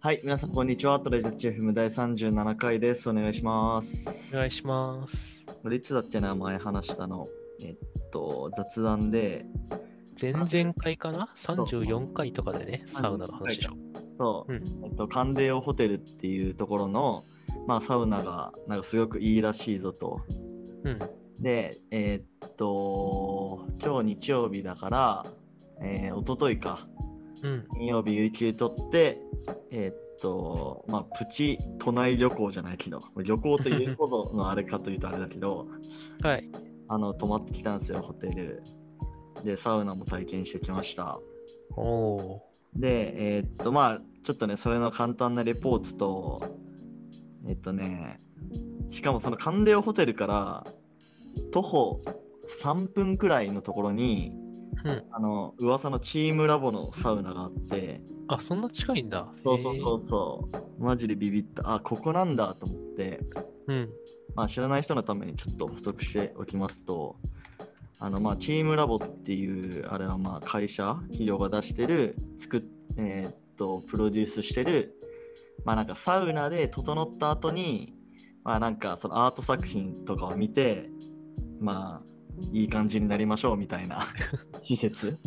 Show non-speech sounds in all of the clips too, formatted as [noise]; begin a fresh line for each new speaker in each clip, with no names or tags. はい、皆さん、こんにちは。トレジャッチ FM 第37回です。お願いします。
お願いします。
これいつだっけな、前話したの。えっと、雑談で、
前々回かな ?34 回とかでね、サウナの話でしょ。
そう、
うん
えっと、カンデオホテルっていうところの、まあ、サウナが、なんかすごくいいらしいぞと。
うん。
で、えっと、今日日曜日だから、えー、一昨日か、
うん。
金曜日、有給取って、えーっと、まあ、プチ都内旅行じゃないけど、旅行というほどのあれかというとあれだけど、
はい。
あの、泊まってきたんですよ、ホテル。で、サウナも体験してきました。
おお
で、えーっと、まあ、ちょっとね、それの簡単なレポートと、えっとね、しかもそのカンデオホテルから徒歩3分くらいのところに、
ー。うん。
あの、噂のチームラボのサウナがあって、
あ、そんな近いんだ。
そうそうそ
へ
うそう。マジでビビった。あ、ここなんだと思って、
ーうん。
まあ、知らない人のためにちょっと補足しておきますと、あのまあチームラボっていう、あれはまあ会社、企業が出してる、作っえーっとプロデュースしてる、まあ、なんかサウナで整った後に、まあ、なんかそのアート作品とかを見て、まあ、いい感じになりましょうみたいな [laughs] 施設。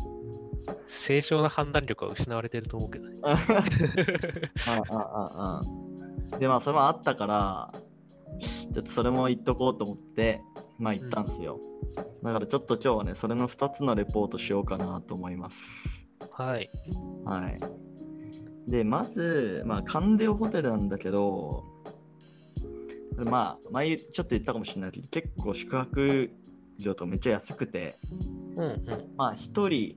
正常な判断力は失われてると思う
[laughs]
けどね。
ああああでまあそれもあったからちょっとそれも言っとこうと思ってまあ行ったんですよ、だからちょっと今日はねそれの2つのレポートしようかなと思います
はい。
はいでまずまあカンデオホテルなんだけどまあ前ちょっと言ったかもしれないけど結構宿泊料とかめっちゃ安くて
うんうん
まあ1人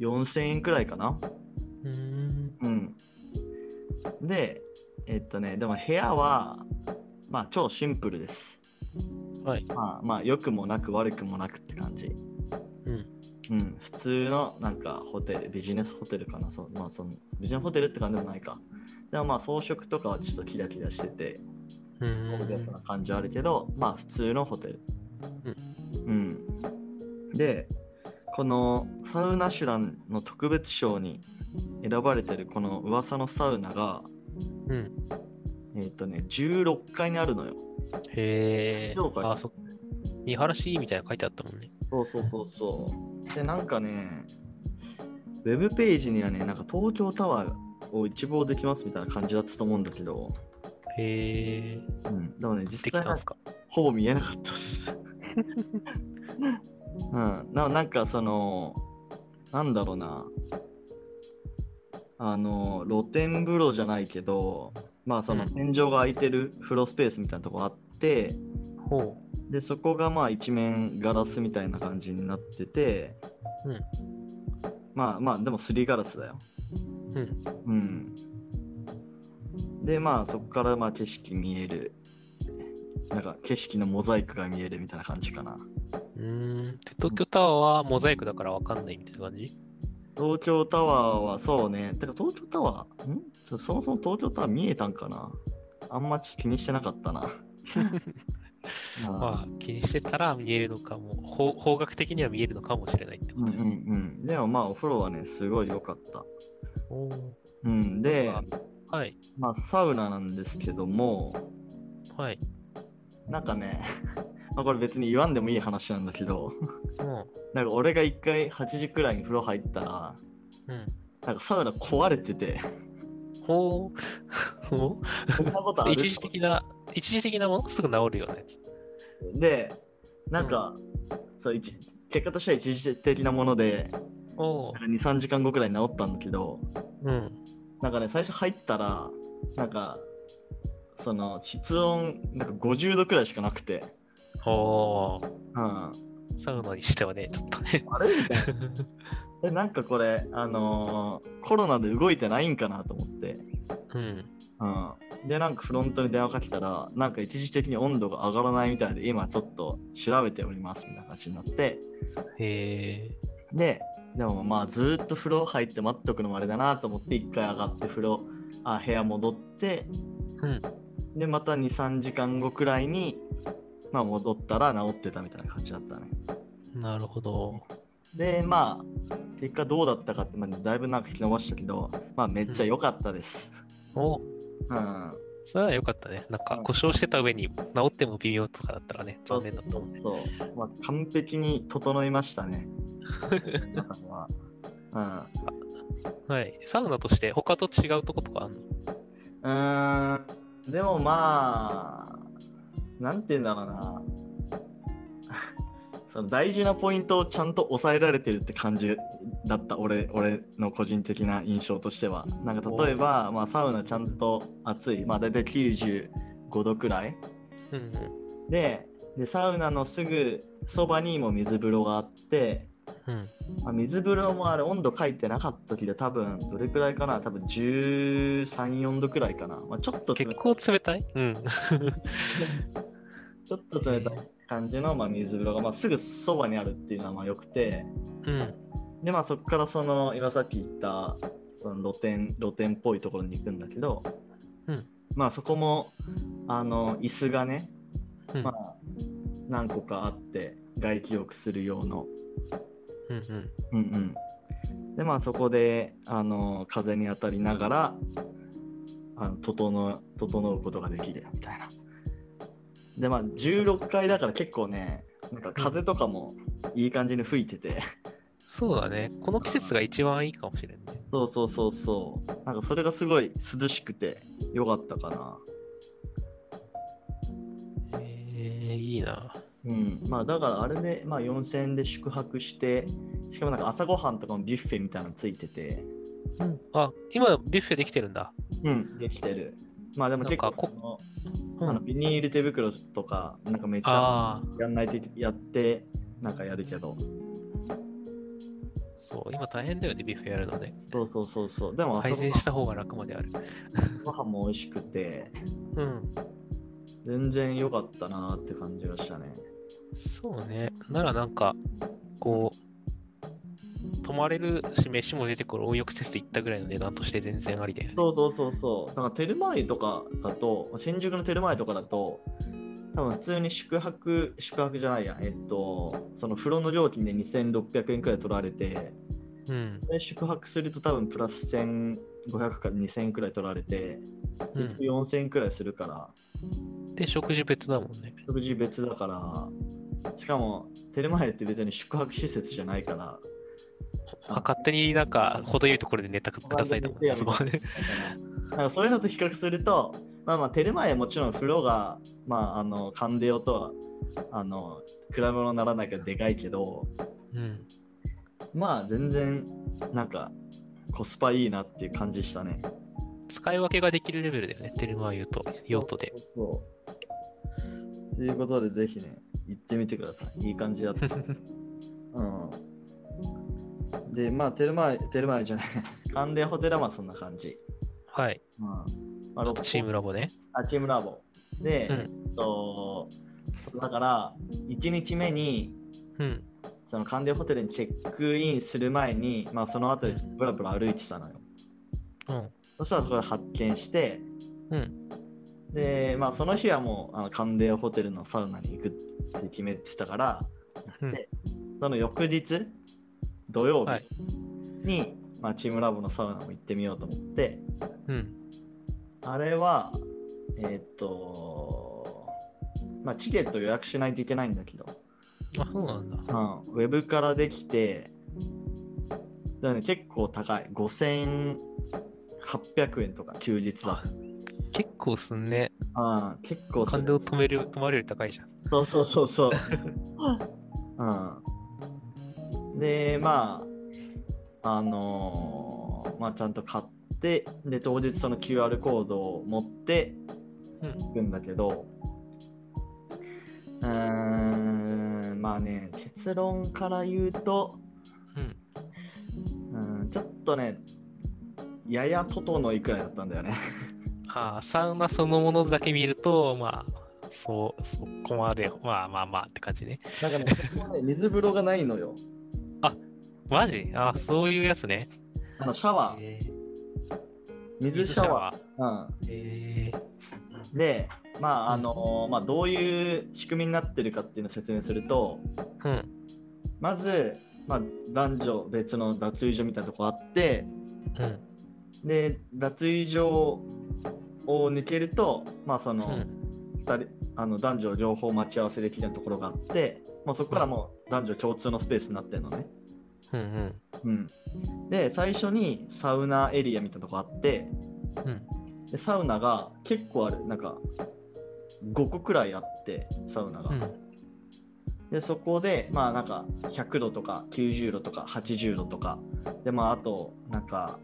4000円くらいかな。
うーん。
うん。で、えっとね、でも部屋は、まあ、超シンプルです。
はい。
まあ、まあ、良くもなく悪くもなくって感じ。
うん。
うん、普通のなんかホテル、ビジネスホテルかな。そうまあ、そのビジネスホテルって感じでもないか。でもまあ、装飾とかはちょっとキラキラしてて、
う
ゴージャス
ー
な感じはあるけど、まあ、普通のホテル。うん。で、このサウナシュランの特別賞に選ばれてるこの噂のサウナが、
ん。うん。
えっ、とね、16階にあるのよ。
へえ
そうか
ー。あ、そっか。見晴らしいいみたいなの書いてあったもんね。
そうそうそうそう。で、なんかね、ウェブページにはね、なんか東京タワーを一望できますみたいな感じだったと思うんだけど、
へえ。
うん、でもね、
でき
実際
たん
は
すか。
ほぼ見えなかったっす。
[laughs]
うん、ななんかその、なんだろうな、あの、露天風呂じゃないけど、まあその
うん
天井が空いてる風呂スペースみたいなとこあって、
ほう。
でそこがまあ一面ガラスみたいな感じになってて、
うん
まあまあでもすりガラスだよ
うん。
うんでまあそこからまあ景色見えるなんか景色のモザイクが見えるみたいな感じかな
うーん。で、東京タワーはモザイクだからわかんないみたいな感じ
東京タワーはそうねてか東京タワーんそそもそも東京タワー見えたんかなあんまち気にしてなか
[laughs]
ったなまあ
まあ、気にしてたら見えるのかも、方方角的には見えるのかもしれないってこ
うん
と
う
よ
んうんでもまあお風呂はねすごい良かった
おー
うんで、
はい、
まあ、サウナなんですけども、
はい。
なんかね、 [laughs] まあこれ別に言わんでもいい話なんだけど、
うん、
なんか俺が一回8時くらいに風呂入ったら、
うん。
なんかサウナ壊れてて、
ほう、 [laughs] ほ
そんなことあ
う。
る
一時的な、一時的なものすぐ治るよね。
で、なんか、そう一結果としては一時的なもので、
おー
2、3時間後くらいに治ったんだけど、
うん。
なんかね、最初入ったら、なんか、その室温なんか50度くらいしかなくて、
ほう。
うん、あ
サウナにしてはね、ちょっとね。 [laughs]
れみたいなえなんかこれ、あのーコロナで動いてないんかなと思って、
うん。
うん、でなんかフロントに電話かけたらなんか一時的に温度が上がらないみたいで今ちょっと調べておりますみたいな話になって
へえ。
ででもまあずーっと風呂入って待っとくのもあれだなと思って一回上がって風呂あ部屋戻って
うん。
でまた23時間後くらいに、まあ、戻ったら治ってたみたいな感じだったね
なるほど。
でまあ結果どうだったかって、まあ、だいぶなんか引き伸ばしたけどまあめっちゃ良かったです、
お
うん、
それは良かったね。なんか
うん
故障してた上に治っても微妙とかだったらね、
そう
残念だったもんね。
そう、まあ、完璧に整いました
[laughs]
ね。だから
はい。サウナとして他と違うとことかあんの
うん、うーん、でもまあ、なんて言うんだろうな。 [laughs] その大事なポイントをちゃんと抑えられてるって感じだった俺俺の個人的な印象としてはなんか例えば、まあ、サウナちゃんと暑い、まあ、大体95度くらい
うんうん。
ででサウナのすぐそばにも水風呂があって、
うん、
まあ、水風呂もあれ温度書いてなかった時で多分どれくらいかな多分134度くらいかな、まあ、ちょっとつ
結構冷たいうん。
ちょっと冷たい感じの、まあ、水風呂が、まあ、すぐそばにあるっていうのはまあよくて
うん。
で、まあ、そこからその今さっき言ったその露天露天っぽいところに行くんだけど、
うん
まあそこもあの椅子がね、
うん
まあ、何個かあって外気浴する用の。
うんうん。
うんうん、でまあそこであの風に当たりながらあの整整うことができるみたいな。でまあ16階だから結構ねなんか風とかもいい感じに吹いてて
そうだね。この季節が一番いいかもしれんね。
そうそうそうそうなんかそれがすごい涼しくてよかったかな。
えー、いいな。
うん、まあだからあれで、まあ、4000円で宿泊してしかもなんか朝ごはんとかもビュッフェみたいなのついてて
うん。あ、今ビュッフェできてるんだ。
うんできてるまあでも結構
なんかこ
その
う
あの
ん。
ビニール手袋とか、なんかめっちゃ
ああ、
やんないとやって、なんかやるけど、
そう。今大変だよね、ビュッフェやるのね。
そうそうそう、そうでもあそ
改
こ
善した方が楽まである。
ご飯も美味しくて、
うん。
全然良かったなーって感じがしたね。
そうね。ならなんか、こう、泊まれるし、飯も出てくる温浴施設で行ったぐらいの値段として全然ありだよね。
そうそうそうそう、なんかテルマエとかだと、新宿のテルマエとかだと、多分普通に宿泊、宿泊じゃないや、えっと、その風呂の料金で2600円くらい取られて、
うん。
で宿泊すると多分プラス1500か2000円くらい取られて、
う
結
ん
局、4000円くらいするから、
で、食事別だもんね。
食事別だからしかもテレマエって別に宿泊施設じゃないから
あ勝手になんか、程よいところで寝たくださいだもんね。
お
そ
金
こで。
だからそういうのと比較するとまあまあテレマエもちろん風呂がまああのカンデオとはあの比べ物にならないからでかいけど
うん。
まあ全然なんかコスパいいなっていう感じしたね
使い分けができるレベルだよね。テルマーユと用途で。
そうそうということでぜひね行ってみてくださいいい感じだったうんで、まあ、テルマエ、テルマエじゃない、カンデホテルはまあそんな感じ。
はい。
うんまあ、
あ
六
とチームラボね。
あチームラボ。で、
う
え
ん。
っと、そうだから、1日目に、
うん。
そのカンデホテルにチェックインする前に、まあ、その後でブラブラ歩いてたのよ。
うん。
そしたらそこで発見して、
うん。
で、まあ、その日はもう、あのカンデホテルのサウナに行くって決めてたから、
うん
でその翌日、土曜日
はい
に、まあ、チームラボのサウナも行ってみようと思って、
うん。
あれは、えーっと、まあ、チケット予約しないといけないんだけど、
あ、そうなんだ。
うん、ウェブからできて、だからね、結構高い、5800円とか休日だ
結構すんね。
うん、結構す
感
る
動止める、止まるより高いじゃん。
そうそうそう [laughs] そう。うん、で、まあ、あのーまあ、ちゃんと買って、で、当日その QR コードを持って
うん
行くんだけど、うーん、まあね、結論から言うと、
うん。
うん、ちょっとね、ややトトのいくらいだったんだよね。
ああ、サウナそのものだけ見ると、まあ、そう、そこまで、まあまあまあって感じね。
なんかね、ここはね水風呂がないのよ。
マジああ、そういうやつね。
あのシャワー、
えー
水シャワ
ー。
ー。うん
えー
で、まああのまあ、どういう仕組みになってるかっていうのを説明すると
うん。
まず、まあ、男女別の脱衣所みたいなとこあって
うん。
で脱衣所を抜けると、まあ、その、
うん
二人あの男女両方待ち合わせできるところがあって、もうそこからもう男女共通のスペースになってるのね。
うん
うん、で最初にサウナエリアみたいなとこあって
うんうん
でサウナが結構あるなんか5個くらいあってサウナが、
うん
でそこでまあなんか100度とか90度とか80度とかでまああとなんか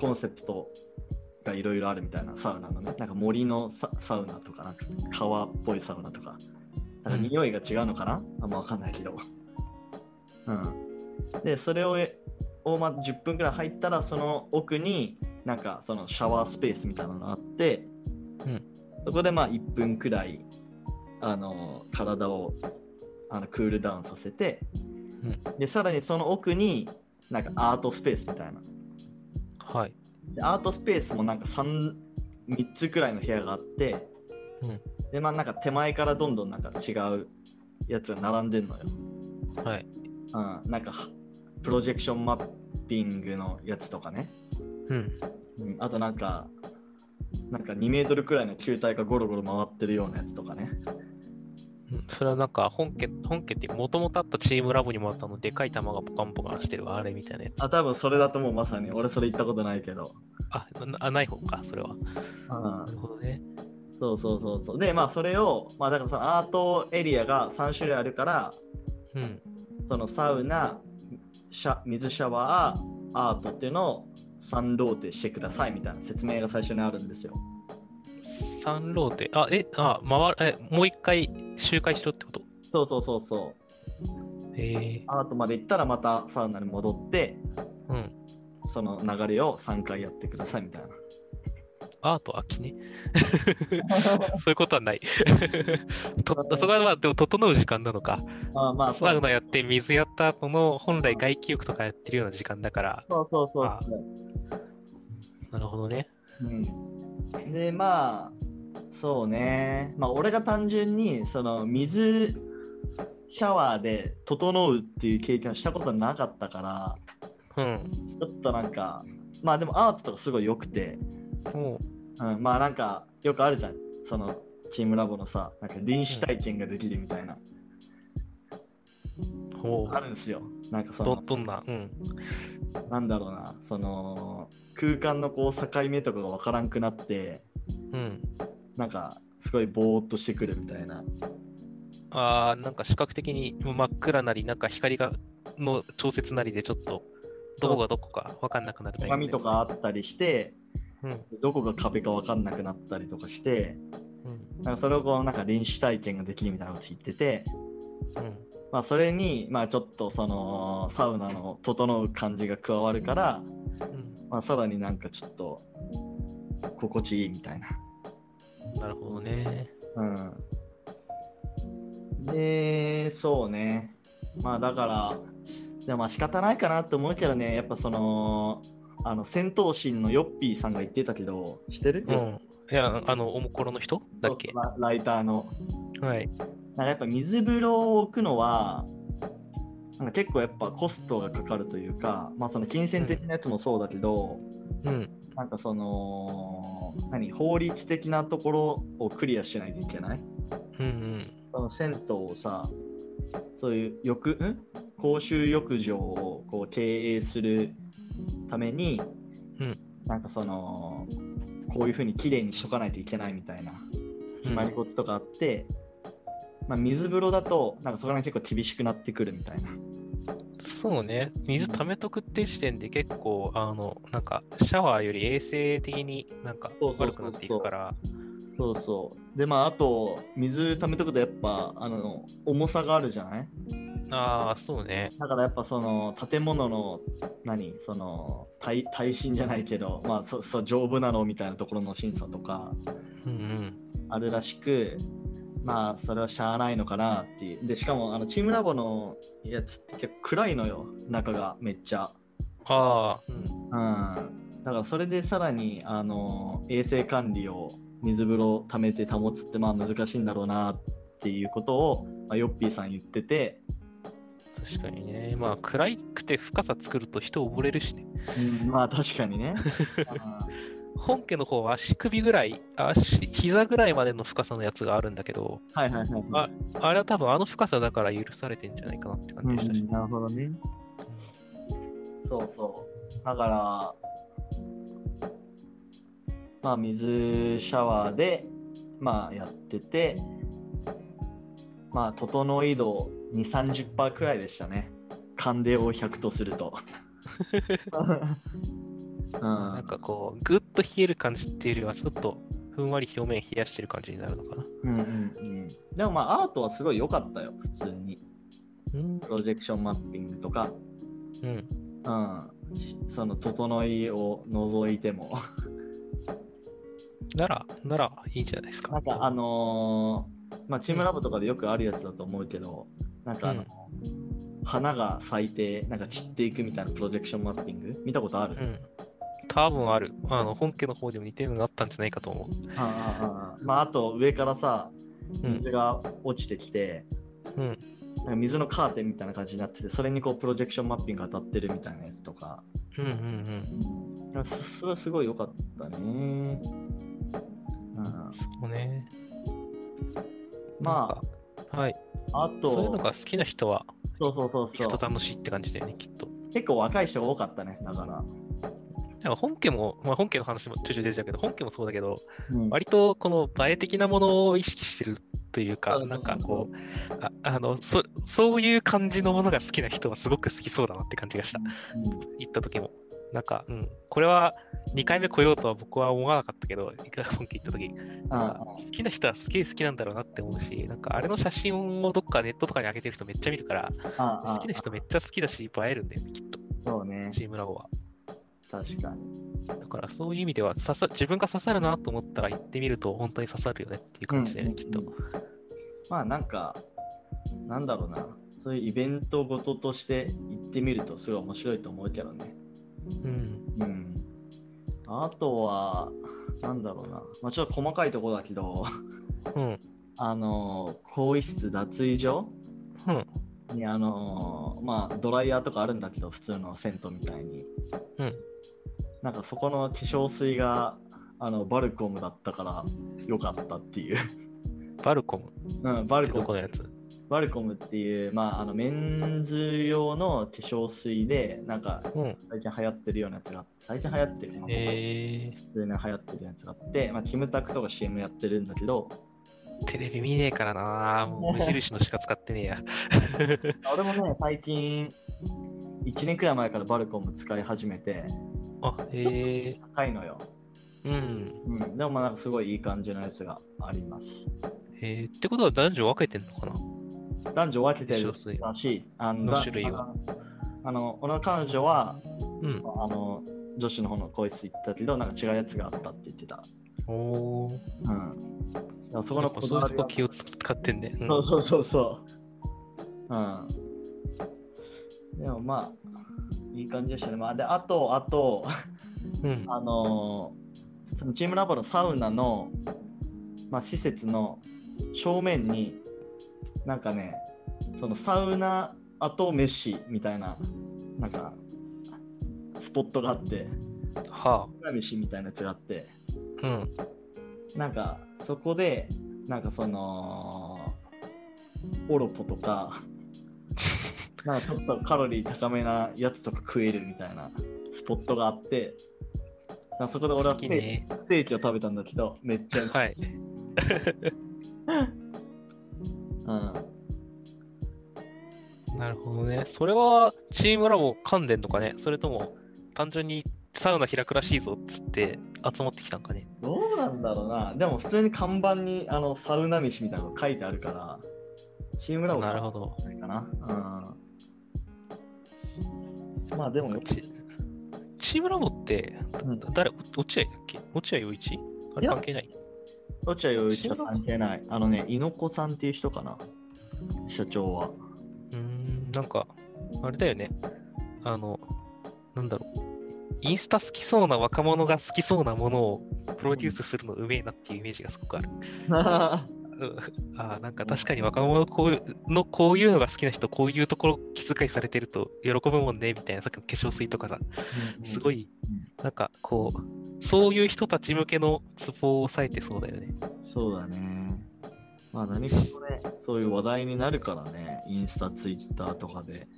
コンセプトがいろいろあるみたいなサウナのねなんか森のササウナとかなんか川っぽいサウナとかなんか匂いが違うのかな、あんま分かんないけどうんでそれをえをまあ10分くらい入ったらその奥になんかそのシャワースペースみたいなのがあって、
うん
そこでまあ1分くらいあの体をあのクールダウンさせて、
う
でさらにその奥になんかアートスペースみたいな
はい
でアートスペースもなんか 3, 3つくらいの部屋があって、
うん
でまあなんか手前からどんどんなんか違うやつが並んでんのよ、
はい
うん、なんかプロジェクションマッピングのやつとかね、
うん
うん、あとなんかなんか2メートルくらいの球体がゴロゴロ回ってるようなやつとかね
うんそれはなんか本家本家ってもともとあったチームラボにもあったあのでかい玉がポカンポカンしてるあれみたいなやつ
あ多分それだともうまさに俺それ行ったことないけど、
あなあない方かそれは
うん
なるほどね
そうそうそうそうでまあそれをまあだからそのアートエリアが3種類あるから
うん
そのサウナシャ水シャワーアートっていうのを3ローテしてくださいみたいな説明が最初にあるんですよ
3ローテあえあ回るえもう一回周回しろってこと
そうそうそうそう
え
アートまで行ったらまたサウナに戻って
ー、うん
その流れを3回やってくださいみ [laughs] たいな
アート秋ねそういうことはない [laughs] とそこはまあでも整う時間なのか
まあまあそう
サ
そ
ウ
う
ナやって水やった後の本来外気浴とかやってるような時間だから
そうそうそう
なるほどね
うん、でまあそうねまあ俺が単純にその水シャワーで整うっていう経験をしたことなかったから
うん
ちょっとなんかまあでもアートとかすごい良くて、
も
うん、まあなんかよくあるじゃんそのチームラボのさなんか臨死体験ができるみたいな、
うほ
あるんですよなんか
う
そ
ど
の
どんなうん
なんだろうなその空間のこう境目とかが分からんくなって
うん
なんかすごいぼーっとしてくるみたいな
あーなんか視覚的に真っ暗なりなんか光がの調節なりでちょっとどこがどこか分かんなくなるタイプ
鏡とかあったりして
うん
どこが壁か分かんなくなったりとかして
うん
なんかそれをこうなんか臨死体験ができるみたいなこと言ってて、
うん
まあ、それにまあちょっとそのサウナの整う感じが加わるから、
うん
まあ、さらになんかちょっと心地いいみたいな。
なるほどね
うん、でそうねまあだからでもまあ仕方ないかなと思うけどねやっぱそのあの戦闘神のヨッピーさんが言ってたけど知ってる、
うんいやあのおもころの人だっけ
そうそうラライターの
はい
なんかやっぱ水風呂を置くのはなんか結構やっぱコストがかかるというか、まあ、その金銭的なやつもそうだけど、
うん
なんかその何法律的なところをクリアしないといけない
うんうん
その銭湯をさそういう浴ん公衆浴場をこう経営するために、
うん
なんかそのこういうふうにきれいにしとかないといけないみたいな決まり事とかあって、まあ、水風呂だとなんかそこら辺結構厳しくなってくるみたいな。
そうね、水溜めとくって時点で結構、あの、なんか、シャワーより衛生的になんか
そうそうそう
悪
そ
く
う
なっていくから、
そうそうでまああと水溜めとくとやっぱあの重さがあるじゃない
ああ、そうね、
だからやっぱその建物の何その耐耐震じゃないけどまあそそう丈夫なのみたいなところの審査とか
うん
あるらしくまあそれはしゃあないのかなっていうでしかもあのチームラボのやつって結構暗いのよ中がめっちゃ
うん。ああ、うん、
うんだからそれでさらにあの衛生管理を水風呂溜めて保つってまあ難しいんだろうなっていうことを、まあ、ヨッピーさん言ってて、
確かにね。まあ、暗くて深さ作ると人溺れるしね。
まあ確かにねうん
本家の方は足首ぐらい、足、膝ぐらいまでの深さのやつがあるんだけど、
はいはいはいはい。
あれは多分あの深さだから許されてんじゃないかなって感じでしたし。
なるほどね。そうそう。だから、まあ、水シャワーで、まあ、やってて、まあ、整い度2、30%くらいでしたね。寒冷を100とする [laughs] と。うん、
なんかこう、ぐっと冷える感じっていうよりは、ちょっとふんわり表面冷やしてる感じになるのかな。
うんうんうん、でもまあアートはすごい良かったよ普通に
うん。
プロジェクションマッピングとか、
うん。
うん、その整いを除いても
なら、ならいいんじゃないですか。
なんかあのーまあ、チームラボとかでよくあるやつだと思うけど、なんかあの、花が咲いて、なんか散っていくみたいなプロジェクションマッピング見たことある、
うん。多分ある。あの、本家の方でも似てるのがあったんじゃないかと思う。
ああああまあ、あと上からさ、
うん
水が落ちてきて、
うん。
なんか水のカーテンみたいな感じになってて、それにこうプロジェクションマッピングが当たってるみたいなやつとか、
うんうんうん。
いやそそれはすごい良かったね。うん、
そうね。
ま
あ、はい。
あ、あと、
そういうのが好きな人は、
そうそうそうそ
行
う
くと楽しいって感じだよね、きっと。
結構若い人が多かったね、だから。
でも本家も、まあ、本家の話もちょいちょい出てたけど、本家もそうだけど、
うん
割とこの映え的なものを意識してるというか、
うん
なんかこう、ああのそそういう感じのものが好きな人はすごく好きそうだなって感じがした、
うん
行った時も。なんか、うん、これは2回目来ようとは僕は思わなかったけど、一回本家行った時なんか
あ
好きな人はすげえ好きなんだろうなって思うし、なんかあれの写真をどっかネットとかに上げてる人めっちゃ見るから、
あああ
好きな人めっちゃ好きだし、映えるんだよね、きっと、
そうね
チームラボは。
確かに
だからそういう意味では刺さ自分が刺さるなと思ったら行ってみると本当に刺さるよねっていう感じだよね、きっと。
まあなんかなんだろうなそういうイベントごととして行ってみるとすごい面白いと思うけどね
うん。
うんあとはなんだろうな、まあ、ちょっと細かいところだけど [laughs]
うん。
あの更衣室脱衣所
うん。
にあのまあドライヤーとかあるんだけど普通の銭湯みたいに
うん。
なんかそこの化粧水があのバルコムだったから良かったっていう、
バルコムっ
うん、バル
て
コ
ど
ム
このやつ。
バルコムっていう、まあ、あのメンズ用の化粧水で、なんか
うん。
最近流行ってるようなやつが、最近流行ってるような、
え
普通に流行ってるやつがあって、まあ、キムタクとか CM やってるんだけど、
ー、テレビ見ねえからなもう無印のしか使ってねえや。
[laughs] 俺もね、最近、1年くらい前からバルコム使い始めて、
あ、え
高いのよ。
ー、うん。
うん、でもまあなんかすごいいい感じのやつがあります。
えー、ってことは男女分けてんのかな
男女分けてる
化粧水
らしい。あの
の
だ
種類は
あの俺の彼女は
うん。
あの女子の方のこいつ行ったけど、なんか違うやつがあったって言ってた。
おー。
うん。だからそこ
や
の
っ
こ
ぱ
だ
そうい
わ
う
り
と
は
こ気を使ってんね。うん
そうそうそうそう。うん。でもまあ、いい感じでしたね。まあ、で、あと、あと、
うん。
あのーそのチームラボのサウナの、まあ、施設の正面に、なんかね、そのサウナ後飯みたいな、なんか、スポットがあって、
は
サウナ飯みたいなやつがあって、
あ。うん。
なんかそこでなんかそのオロポと
[laughs]
かなんかちょっとカロリー高めなやつとか食えるみたいなスポットがあってなんかそこで俺は
好
ステ,、
きね
ステーキを食べたんだけどめっちゃ、
はい。
うん、
なるほどね。それはチームラボ噛んでんのかねそれとも単純にサウナ開くらしいぞっつって集まってきたんかね
どうなんだろうなでも普通に看板にあのサウナ飯みたいなの書いてあるからチームラボ
なる
か
ほど。
ないかなうん、まあでもよく
チチームラボって
うん
誰、落合だっけ落合陽一あ
い
れ
や
関係ない
落合陽一は関係ない。あのね、猪子さんっていう人かな、社長は。
うーん、なんか、あれだよね。あの、なんだろう。インスタ好きそうな若者が好きそうなものをプロデュースするのうめえなっていうイメージがすごくある。うんあーなんか確かに若者こういうのこういうのが好きな人こういうところ気遣いされてる [laughs] と喜ぶもんねみたいなさっきの化粧水とかさすご
い。
いなんかこうそういう人たち向けのツボを押さえてそうだよね。
そうだね。まあ何かとね、そういう話題になるからね、インスタ、ツイッターとかで。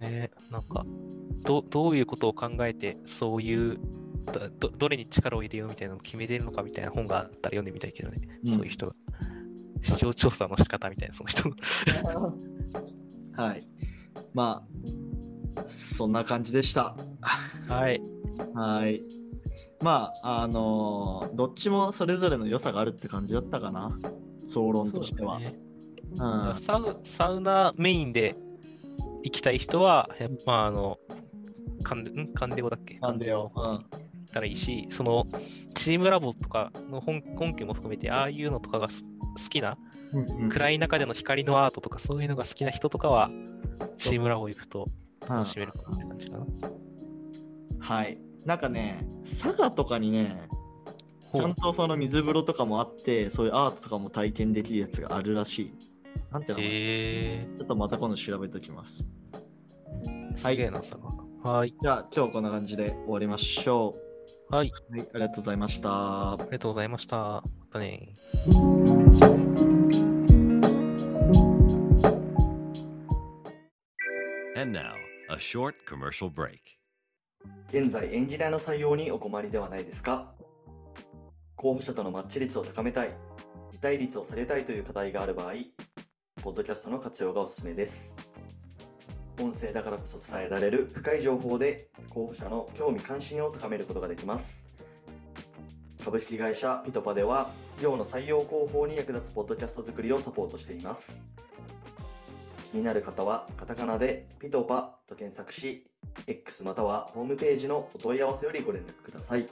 ねなんかど、どういうことを考えて、そういうど、どどれに力を入れようみたいなのを決めてるのかみたいな本があったら読んでみたいけどね、
うん
そういう人が。市場調査の仕方みたいな、その人の。 [laughs]
はい。まあ、そんな感じでした。
はい。
はい。まあ、あのーどっちもそれぞれの良さがあるって感じだったかな。総論としては。
そううだね
ん
サウサウナメインで行きたい人は、やっぱあの、カンデんカンデオだっけ
なんだよ。
カンデオの方に行ったらいいし、そのチームラボとかの本本家も含めて、ああいうのとかがす好きな、
うんうんうん
暗い中での光のアートとか、そういうのが好きな人とかは、チームラボ行くと
うん
楽しめるかなって感じかな。
はい。なんかね、佐賀とかにね、ちゃんとその水風呂とかもあって、そういうアートとかも体験できるやつがあるらしい。なんて名前
へえ
ちょっとまた今度調べておきます。
ー、
はい
すげえな、サウナはい。
じゃあ今日こんな感じで終わりましょ
はい、
う。はい、ありがとうございました
あ。りがとうございました。またね
ー And now, a short commercial break.
現在エンジニアの採用にお困りではないですか候補者とのマッチ率を高めたい辞退率を下げたいという課題がある場合ポッドキャストの活用がおすすめです音声だからこそ伝えられる深い情報で候補者の興味関心を高めることができます株式会社ピトパでは企業の採用広報に役立つポッドキャスト作りをサポートしています気になる方はカタカナでピトパと検索し X またはホームページのお問い合わせよりご連絡ください。